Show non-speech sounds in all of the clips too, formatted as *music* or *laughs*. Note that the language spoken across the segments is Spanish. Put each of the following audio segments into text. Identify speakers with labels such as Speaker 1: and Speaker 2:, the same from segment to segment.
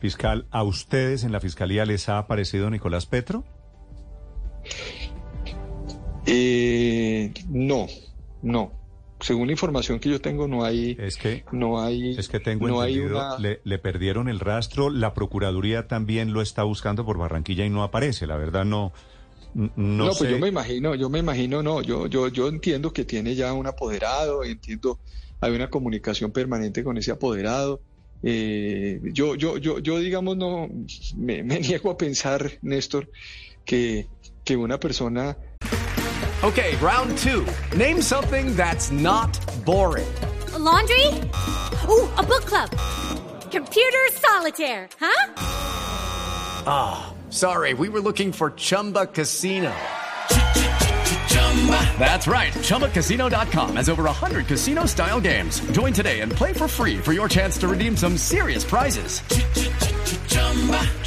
Speaker 1: Fiscal, ¿a ustedes en la fiscalía les ha aparecido Nicolás Petro?
Speaker 2: Eh, no, no. Según la información que yo tengo, no hay.
Speaker 1: Es que,
Speaker 2: no hay.
Speaker 1: es que tengo
Speaker 2: no hay
Speaker 1: entendido,
Speaker 2: una-
Speaker 1: le, le perdieron el rastro, la Procuraduría también lo está buscando por Barranquilla y no aparece, la verdad no, n- no,
Speaker 2: No,
Speaker 1: sé.
Speaker 2: pues yo me imagino, yo me imagino, no, yo, yo, yo entiendo que tiene ya un apoderado, entiendo, hay una comunicación permanente con ese apoderado. Eh, yo, yo, yo, yo, digamos, no, me, me *laughs* niego a pensar, Néstor, que, que una persona
Speaker 3: Okay, round two. Name something that's not boring.
Speaker 4: laundry? Ooh, a book club. Computer solitaire, huh?
Speaker 3: Sorry, we were looking for Chumba Casino. That's right. ChumbaCasino.com has over 100 casino style games. Join today and play for free for your chance to redeem some serious prizes.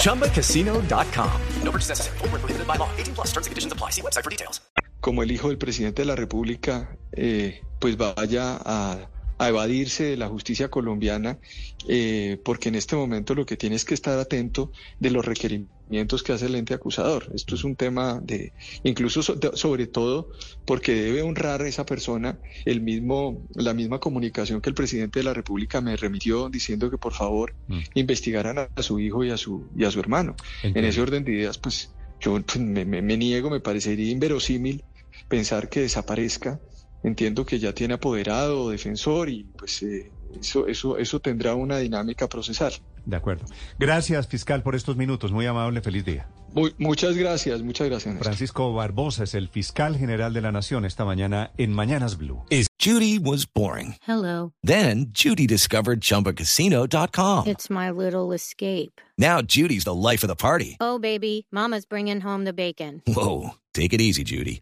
Speaker 3: ChumbaCasino.com. No purchase necessary. Void where prohibited by law. 18 plus terms and conditions apply. See website for details.
Speaker 2: como el hijo del presidente de la República, eh, pues vaya a, a evadirse de la justicia colombiana, eh, porque en este momento lo que tiene es que estar atento de los requerimientos que hace el ente acusador. Esto es un tema de, incluso so- de- sobre todo porque debe honrar esa persona el mismo, la misma comunicación que el presidente de la República me remitió diciendo que por favor
Speaker 1: Mm.
Speaker 2: investigaran a, a su hijo y a su, y a su hermano. En
Speaker 1: Entiendo.
Speaker 2: ese orden de ideas, pues yo pues, me, me- me niego, me parecería inverosímil pensar que desaparezca. Entiendo que ya tiene apoderado o defensor y pues eh, eso, eso, eso tendrá una dinámica procesal.
Speaker 1: De acuerdo. Gracias, fiscal, por estos minutos. Muy amable, feliz día.
Speaker 2: Muy- muchas gracias, muchas gracias. Néstor.
Speaker 1: Francisco Barbosa es el fiscal general de la Nación esta mañana en Mañanas Blue.
Speaker 5: is Judy was boring.
Speaker 6: Hello.
Speaker 5: Then Judy discovered ChumbaCasino.com.
Speaker 6: It's my little escape.
Speaker 5: Now Judy's the life of the party.
Speaker 6: Oh, baby, Mama's bringing home the bacon.
Speaker 5: Whoa, take it easy, Judy.